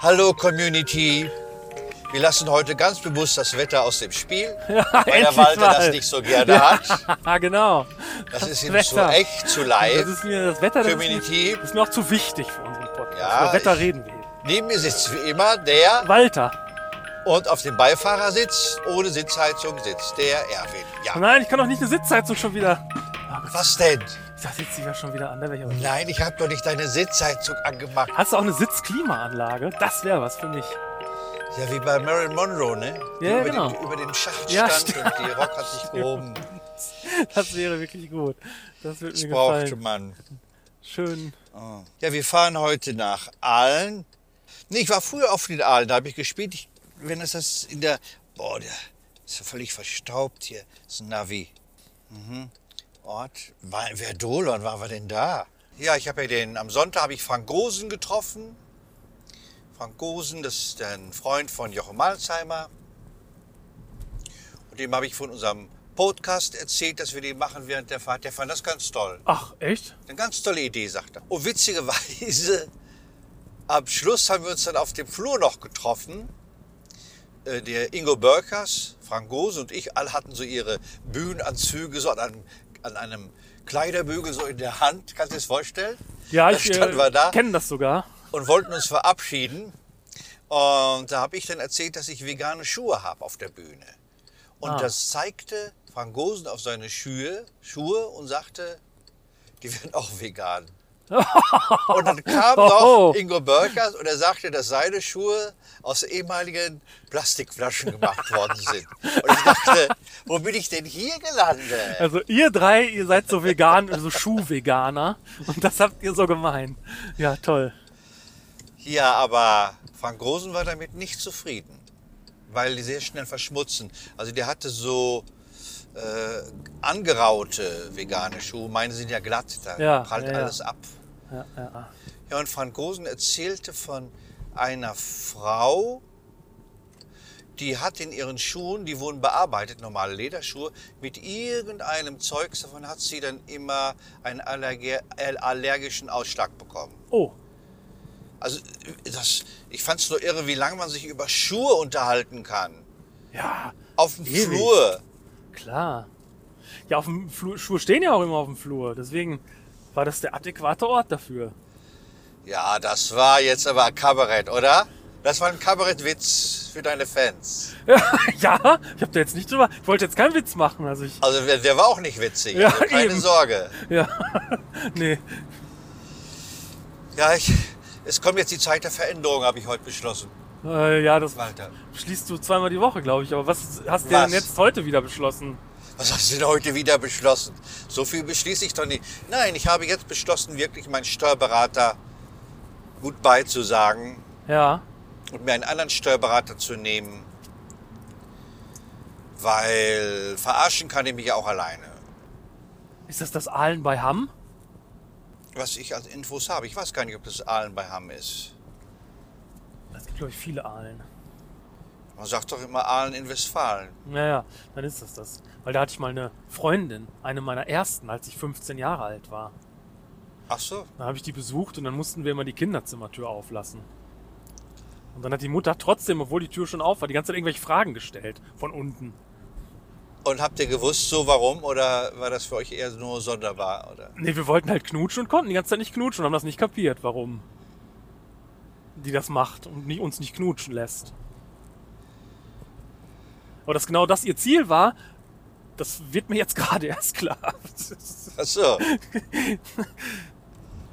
Hallo Community. Wir lassen heute ganz bewusst das Wetter aus dem Spiel, weil der endlich Walter mal. das nicht so gerne hat. Ah, genau. Das, ist ihm Wetter. so echt zu leid. Das ist mir das Wetter. Das ist, mir, Community. das ist mir auch zu wichtig für unseren Podcast. Ja, Über Wetter ich- reden wir. Neben mir sitzt wie immer der Walter. und auf dem Beifahrersitz ohne Sitzheizung sitzt der Erwin. Oh Ja, nein, ich kann doch nicht eine Sitzheizung schon wieder. Oh Gott, was denn? ich dachte, jetzt ja schon wieder an. Da wär ich aber Nein, ich habe doch nicht deine Sitzheizung angemacht. Hast du auch eine Sitzklimaanlage? Das wäre was für mich. Ja, wie bei Marilyn Monroe, ne? Die Ja, über, genau. den, über den Schacht Ja, stand stimmt. und die Rock hat sich gehoben. Das wäre wirklich gut. Das würde Das mir brauchte gefallen. man. Schön. Ja, wir fahren heute nach Aalen. Nee, ich war früher auf den Aalen, da habe ich gespielt. Ich, wenn das das in der. Boah, der ist ja völlig verstaubt hier. Das ist ein Navi. Mhm. Ort. War in Verdol, wann waren wir denn da? Ja, ich habe ja den. Am Sonntag habe ich Frank Gosen getroffen. Frank Gosen, das ist ein Freund von Jochen Malzheimer. Und dem habe ich von unserem Podcast erzählt, dass wir den machen während der Fahrt. Der fand das ganz toll. Ach, echt? Eine ganz tolle Idee, sagt er. Und witzigerweise, am Schluss haben wir uns dann auf dem Flur noch getroffen. Äh, Der Ingo Börkers, Frank Gose und ich, alle hatten so ihre Bühnenanzüge so an einem, an einem Kleiderbügel so in der Hand. Kannst du dir das vorstellen? Ja, Da ich standen wir da. äh, kenne das sogar. Und wollten uns verabschieden. Und da habe ich dann erzählt, dass ich vegane Schuhe habe auf der Bühne. Und Ah. das zeigte Frank Gosen auf seine Schuhe, Schuhe und sagte, die werden auch vegan. Und dann kam Oh. noch Ingo Börkers und er sagte, dass seine Schuhe aus ehemaligen Plastikflaschen gemacht worden sind. Und ich dachte, wo bin ich denn hier gelandet? Also ihr drei, ihr seid so vegan, so Schuhveganer. Und das habt ihr so gemein. Ja, toll. Ja, aber Frank Rosen war damit nicht zufrieden, weil die sehr schnell verschmutzen. Also der hatte so äh, angeraute vegane Schuhe. Meine sind ja glatt, da Ja, prallt ja, ja. alles ab. Ja, ja, ja. Ja, und Frank Rosen erzählte von einer Frau, die hat in ihren Schuhen, die wurden bearbeitet, normale Lederschuhe, mit irgendeinem Zeugs, davon hat sie dann immer einen allerge äh, allergischen Ausschlag bekommen. Oh, Also das, ich fand's nur irre, wie lange man sich über Schuhe unterhalten kann. ja, Auf dem Ewig. Flur. klar. Ja, auf dem Flur, Schuhe stehen ja auch immer auf dem Flur. Deswegen war das der adäquate Ort dafür. Ja, das war jetzt aber ein Kabarett, oder? Das war ein Kabarettwitz für deine Fans. ja, ich habe da jetzt nicht drüber. Ich wollte jetzt keinen Witz machen. Also ich, Also der, der war auch nicht witzig. Ja, also keine eben. Sorge. ja, nee. Ja, ich, es kommt jetzt die Zeit der Veränderung, habe ich heute beschlossen, Äh, ja, das Walter. schließt du zweimal die Woche, glaube ich. Aber was hast du denn Was? jetzt heute wieder beschlossen? Was hast du denn heute wieder beschlossen? So viel beschließe ich doch nicht. Nein, ich habe jetzt beschlossen, wirklich meinen Steuerberater gut beizusagen. Ja, und mir einen anderen Steuerberater zu nehmen, weil verarschen kann ich mich auch alleine. ist das das Aalen bei Hamm? Was ich als Infos habe, ich weiß gar nicht, ob das Aalen bei Hamm ist. Es gibt, glaube ich, viele Aalen. Man sagt doch immer Aalen in Westfalen. Ja, ja, dann ist das das. Weil da hatte ich mal eine Freundin, eine meiner ersten, als ich 15 Jahre alt war. Ach so, Dann habe ich die besucht und dann mussten wir immer die Kinderzimmertür auflassen. Und dann hat die Mutter trotzdem, obwohl die Tür schon auf war, die ganze Zeit irgendwelche Fragen gestellt. Von unten. und habt ihr gewusst, so warum oder war das für euch eher nur sonderbar? Oder? Nee, wir wollten halt knutschen und konnten die ganze Zeit nicht knutschen und haben das nicht kapiert, warum die das macht und nie, uns nicht knutschen lässt. Aber dass genau das ihr Ziel war, das wird mir jetzt gerade erst klar. Ach so,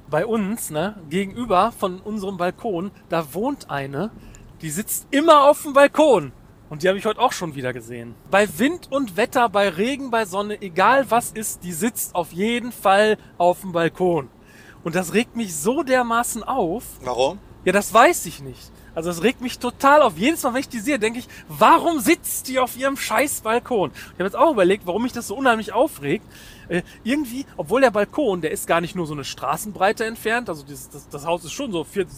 bei uns, ne, gegenüber von unserem Balkon, da wohnt eine, die sitzt immer auf dem Balkon. Und die habe ich heute auch schon wieder gesehen. Bei Wind und Wetter, bei Regen, bei Sonne, egal was ist, die sitzt auf jeden Fall auf dem Balkon. Und das regt mich so dermaßen auf. warum? Ja, das weiß ich nicht. Also das regt mich total auf. Jedes Mal, wenn ich die sehe, denke ich, warum sitzt die auf ihrem scheiß Balkon? Ich habe jetzt auch überlegt, warum mich das so unheimlich aufregt. Äh, irgendwie, obwohl der Balkon, der ist gar nicht nur so eine Straßenbreite entfernt, also dieses, das, das Haus ist schon so 40,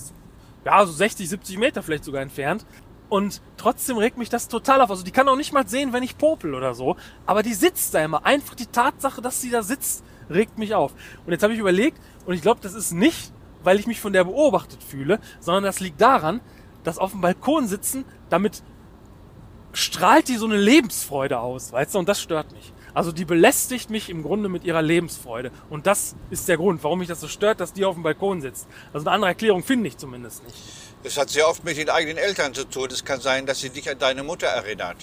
ja, so 60, 70 Meter vielleicht sogar entfernt. Und trotzdem regt mich das total auf. Also die kann auch nicht mal sehen, wenn ich popel oder so. Aber die sitzt da immer. Einfach die Tatsache, dass sie da sitzt, regt mich auf. Und jetzt habe ich überlegt, und ich glaube, das ist nicht, weil ich mich von der beobachtet fühle, sondern das liegt daran, das auf dem Balkon sitzen, damit strahlt die so eine Lebensfreude aus, weißt du, und das stört mich. Also die belästigt mich im Grunde mit ihrer Lebensfreude. Und das ist der Grund, warum mich das so stört, dass die auf dem Balkon sitzt. Also eine andere Erklärung finde ich zumindest nicht. Das hat sehr oft mit den eigenen Eltern zu tun. Es kann sein, dass sie dich an deine Mutter erinnert.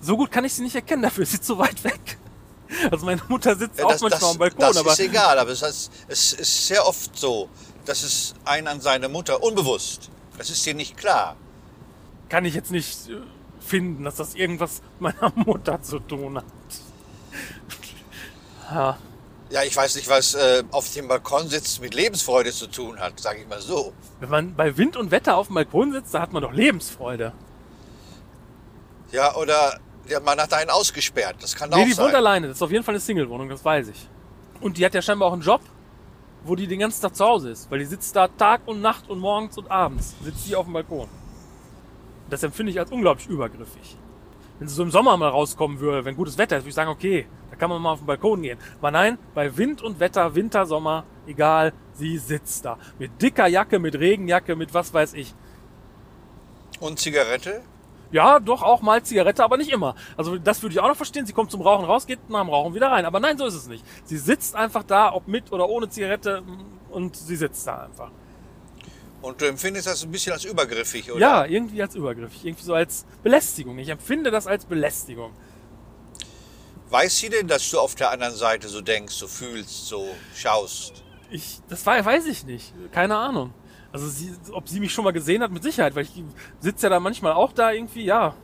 So gut kann ich sie nicht erkennen, dafür ist sie zu weit weg. Also meine Mutter sitzt Ja, auch manchmal am Balkon, Äh, das aber ist egal, aber es, heißt, es ist sehr oft so, dass es einen an seine Mutter unbewusst. Das ist dir nicht klar. kann ich jetzt nicht äh, finden, dass das irgendwas mit meiner Mutter zu tun hat. Ja, Ja, ich weiß nicht, was äh, auf dem Balkon sitzen mit Lebensfreude zu tun hat, sage ich mal so. wenn man bei Wind und Wetter auf dem Balkon sitzt, da hat man doch Lebensfreude. Ja, oder der Mann hat einen ausgesperrt. Das kann Nee, auch die wohnt sein. alleine. Das ist auf jeden Fall eine Single-Wohnung, das weiß ich. Und die hat ja scheinbar auch einen Job, wo die den ganzen Tag zu Hause ist. Weil die sitzt da Tag und Nacht und morgens und abends. Sitzt die auf dem Balkon. Das empfinde ich als unglaublich übergriffig. Wenn sie so im Sommer mal rauskommen würde, wenn gutes Wetter ist, würde ich sagen, okay, da kann man mal auf den Balkon gehen. Aber nein, bei Wind und Wetter, Winter, Sommer, egal, sie sitzt da. Mit dicker Jacke, mit Regenjacke, mit was weiß ich. Und Zigarette? Ja, doch auch mal Zigarette, aber nicht immer. Also das würde ich auch noch verstehen. Sie kommt zum Rauchen raus, geht nach dem Rauchen wieder rein. Aber nein, so ist es nicht. Sie sitzt einfach da, ob mit oder ohne Zigarette, mm, und sie sitzt da einfach. Und du empfindest das ein bisschen als übergriffig, oder? Ja, irgendwie als übergriffig, irgendwie so als Belästigung. Ich empfinde das als Belästigung. Weiß sie denn, dass du auf der anderen Seite so denkst, so fühlst, so schaust? Ich, das war, weiß ich nicht. Keine Ahnung. Also sie, ob sie mich schon mal gesehen hat, mit Sicherheit, weil ich sitze ja da manchmal auch da irgendwie, ja.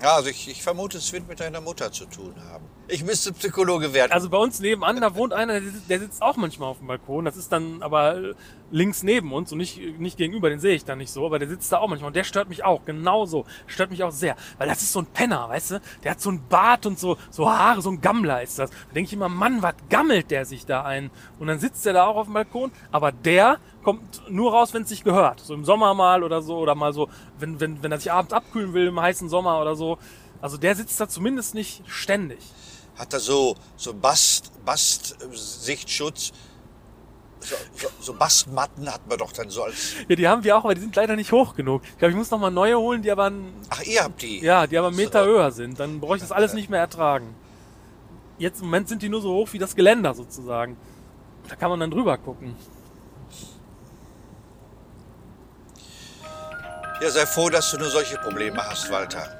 Ja, also ich, ich vermute, es wird mit deiner Mutter zu tun haben. Ich müsste Psychologe werden. Also bei uns nebenan, da wohnt einer, der sitzt- der sitzt auch manchmal auf dem Balkon. Das ist dann aber äh, links neben uns und nicht, nicht gegenüber, den sehe ich dann nicht so, aber der sitzt da auch manchmal und der stört mich auch, genauso. Stört mich auch sehr. Weil das ist so ein Penner, weißt du? Der hat so einen Bart und so, so Haare, so ein Gammler ist das. Da denke ich immer, Mann, was gammelt der sich da ein? Und dann sitzt der da auch auf dem Balkon, aber der kommt nur raus, wenn es sich gehört. So im Sommer mal oder so, oder mal so, wenn, wenn, wenn er sich abends abkühlen will im heißen Sommer oder so. Also der sitzt da zumindest nicht ständig. hat er so, so Bast, Bast, äh, Sichtschutz, so, so, so Bastmatten hat man doch dann so als, Ja, die haben wir auch, aber die sind leider nicht hoch genug. Ich glaube, ich muss nochmal neue holen, die aber, ein- ach, ihr habt die. ja, die aber einen Meter So. Äh. höher sind. Dann brauche ich das alles nicht mehr ertragen. Jetzt im Moment sind die nur so hoch wie das Geländer sozusagen. Da kann man dann drüber gucken. Ja, sei froh, dass du nur solche Probleme hast, Walter.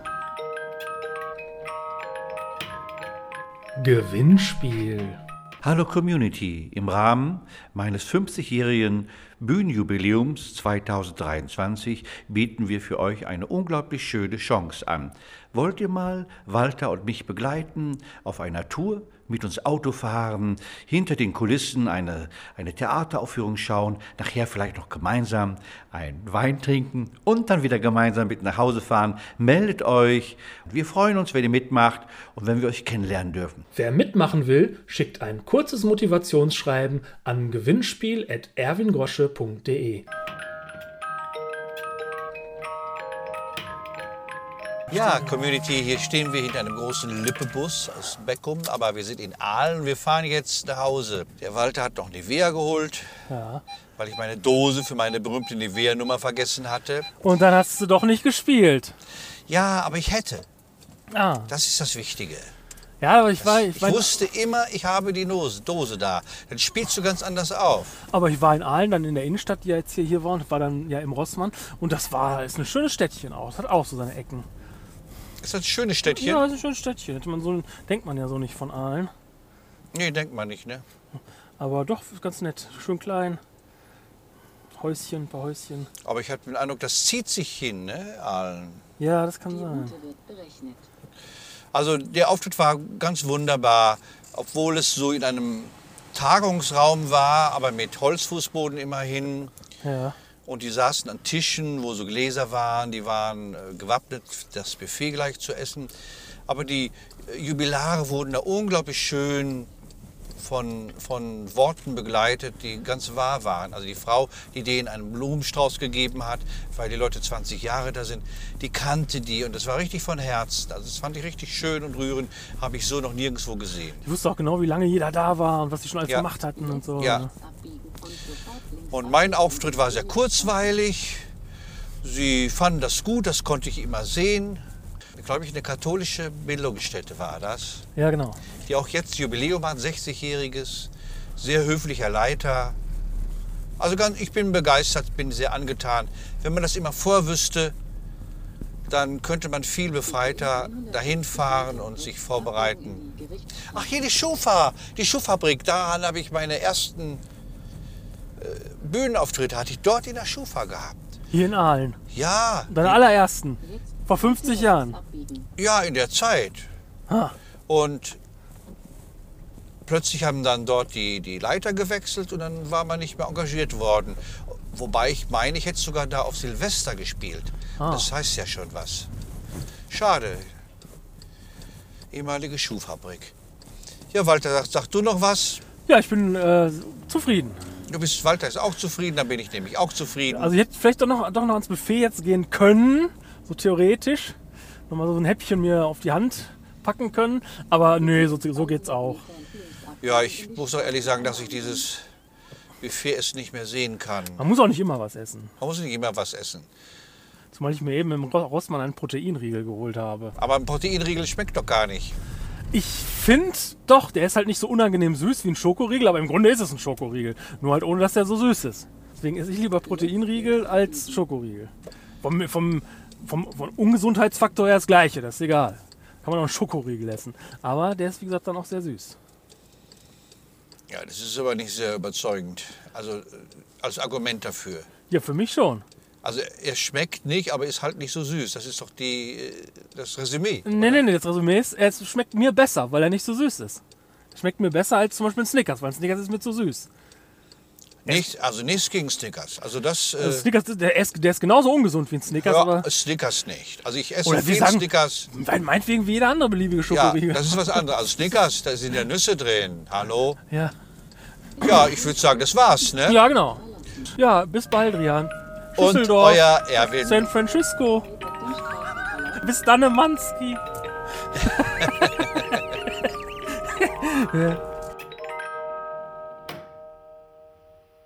Gewinnspiel. Hallo Community, im Rahmen meines 50-jährigen Bühnenjubiläums 2023 bieten wir für euch eine unglaublich schöne Chance an. Wollt ihr mal Walter und mich begleiten auf einer Tour? mit uns Auto fahren, hinter den Kulissen eine, eine Theateraufführung schauen, nachher vielleicht noch gemeinsam einen Wein trinken und dann wieder gemeinsam mit nach Hause fahren. Meldet euch. Wir freuen uns, wenn ihr mitmacht und wenn wir euch kennenlernen dürfen. Wer mitmachen will, schickt ein kurzes Motivationsschreiben an gewinnspiel.erwingrosche.de. Ja, Community, hier stehen wir hinter einem großen Lippebus aus Beckum, aber wir sind in Aalen, wir fahren jetzt nach Hause. Der Walter hat noch Nivea geholt, Ja. weil ich meine Dose für meine berühmte Nivea-Nummer vergessen hatte. Und dann hast du doch nicht gespielt. Ja, aber ich hätte. Ah. Das ist das Wichtige. Ja, aber ich war, ich Ich war, wusste immer, ich habe die Dose, Dose da. Dann spielst du ganz anders auf. aber ich war in Aalen, dann in der Innenstadt, die ja jetzt hier, hier war, und war dann ja im Rossmann. Und das war, ist ein schönes Städtchen auch. Das hat auch so seine Ecken. Ist das ein schönes Städtchen? Ja, ist ein schönes Städtchen. Hätte man so, denkt man ja so nicht von Aalen. Nee, denkt man nicht, ne? Aber doch, ist ganz nett. Schön klein. Häuschen, ein paar Häuschen. Aber ich hatte den Eindruck, das zieht sich hin, ne? Aalen. Ja, das kann Die sein. Route wird berechnet. Also der Auftritt war ganz wunderbar, obwohl es so in einem Tagungsraum war, aber mit Holzfußboden immerhin. Ja. Und die saßen an Tischen, wo so Gläser waren, die waren äh, gewappnet, das Buffet gleich zu essen. Aber die äh, Jubilare wurden da unglaublich schön von, von Worten begleitet, die ganz wahr waren. Also die Frau, die denen einen Blumenstrauß gegeben hat, weil die Leute 20 Jahre da sind, die kannte die und das war richtig von Herzen. Also das fand ich richtig schön und rührend, habe ich so noch nirgendwo gesehen. Ich wusste auch genau, wie lange jeder da war und was die schon alles Ja. gemacht hatten und so. Ja. ne? Abbiegen und sofort links Und mein Auftritt war sehr kurzweilig Sie fanden das gut, das konnte ich immer sehen. Glaube ich, eine katholische Bildungsstätte war das, Ja, genau. die auch jetzt Jubiläum hat, 60-jähriges, sehr höflicher Leiter. Also ganz, ich bin begeistert, bin sehr angetan. Wenn man das immer vorwüsste, dann könnte man viel befreiter dahin fahren und sich vorbereiten. Ach, hier die Schuhfahr, die Schuhfabrik. Daran habe ich meine ersten äh, Bühnenauftritte hatte ich dort in der Schuhfahr gehabt. Hier in Aalen. Ja, Deine allerersten. Vor 50 Jahren. ja, in der Zeit. Ha. Und plötzlich haben dann dort die, die Leiter gewechselt und dann war man nicht mehr engagiert worden. Wobei ich meine, ich hätte sogar da auf Silvester gespielt. Ah. Das heißt ja schon was. Schade. Ehemalige Schuhfabrik. Ja, Walter, sag, sag du noch was? Ja, ich bin äh, zufrieden. Du bist, Walter ist auch zufrieden, dann bin ich nämlich auch zufrieden. Also ich hätte vielleicht doch noch, doch noch ans Buffet jetzt gehen können, so theoretisch. Nochmal so ein Häppchen mir auf die Hand packen können. Aber nee, so, so geht's auch. ja, ich muss auch ehrlich sagen, dass ich dieses Buffet es nicht mehr sehen kann. Man Man muss auch nicht immer was essen. muss nicht immer was essen. Zumal ich mir eben im Ro- Rossmann einen Proteinriegel geholt habe. Aber ein Proteinriegel schmeckt doch gar nicht. Ich finde doch, der ist halt nicht so unangenehm süß wie ein Schokoriegel, aber im Grunde ist es ein Schokoriegel. Nur halt ohne, dass der so süß ist. Deswegen esse ich lieber Proteinriegel als Schokoriegel. Vom, vom, vom, vom Ungesundheitsfaktor her das gleiche, das ist egal. Kann man auch einen Schokoriegel essen. Aber der ist, wie gesagt, dann auch sehr süß. Ja, das ist aber nicht sehr überzeugend. Also äh, als Argument dafür. Ja, für mich schon. Also er schmeckt nicht, aber ist halt nicht so süß. Das ist doch die, äh, das Resümee. Nee, nee, nee, das Resümee ist, er ist- schmeckt mir besser, weil er nicht so süß ist. Schmeckt mir besser als zum Beispiel ein Snickers, weil ein Snickers ist mir zu süß. Nicht, also nichts gegen Snickers. Also das, Also äh, Snickers, der ist, der ist genauso ungesund wie ein Snickers, aber. ja, äh, Snickers nicht. Also ich esse Oder wir viel sagen- Snickers. Weil meinetwegen wie jeder andere beliebige Ja, Schokoriegel. das ist was anderes. Also Snickers, da sind ja Nüsse drin. Hallo? ja. Ja, ich würde sagen, das war's, ne? ja, genau. Ja, bis bald, Rian. Und Düsseldorf, euer Erwin. San Francisco. Bis dann, Manski. ja.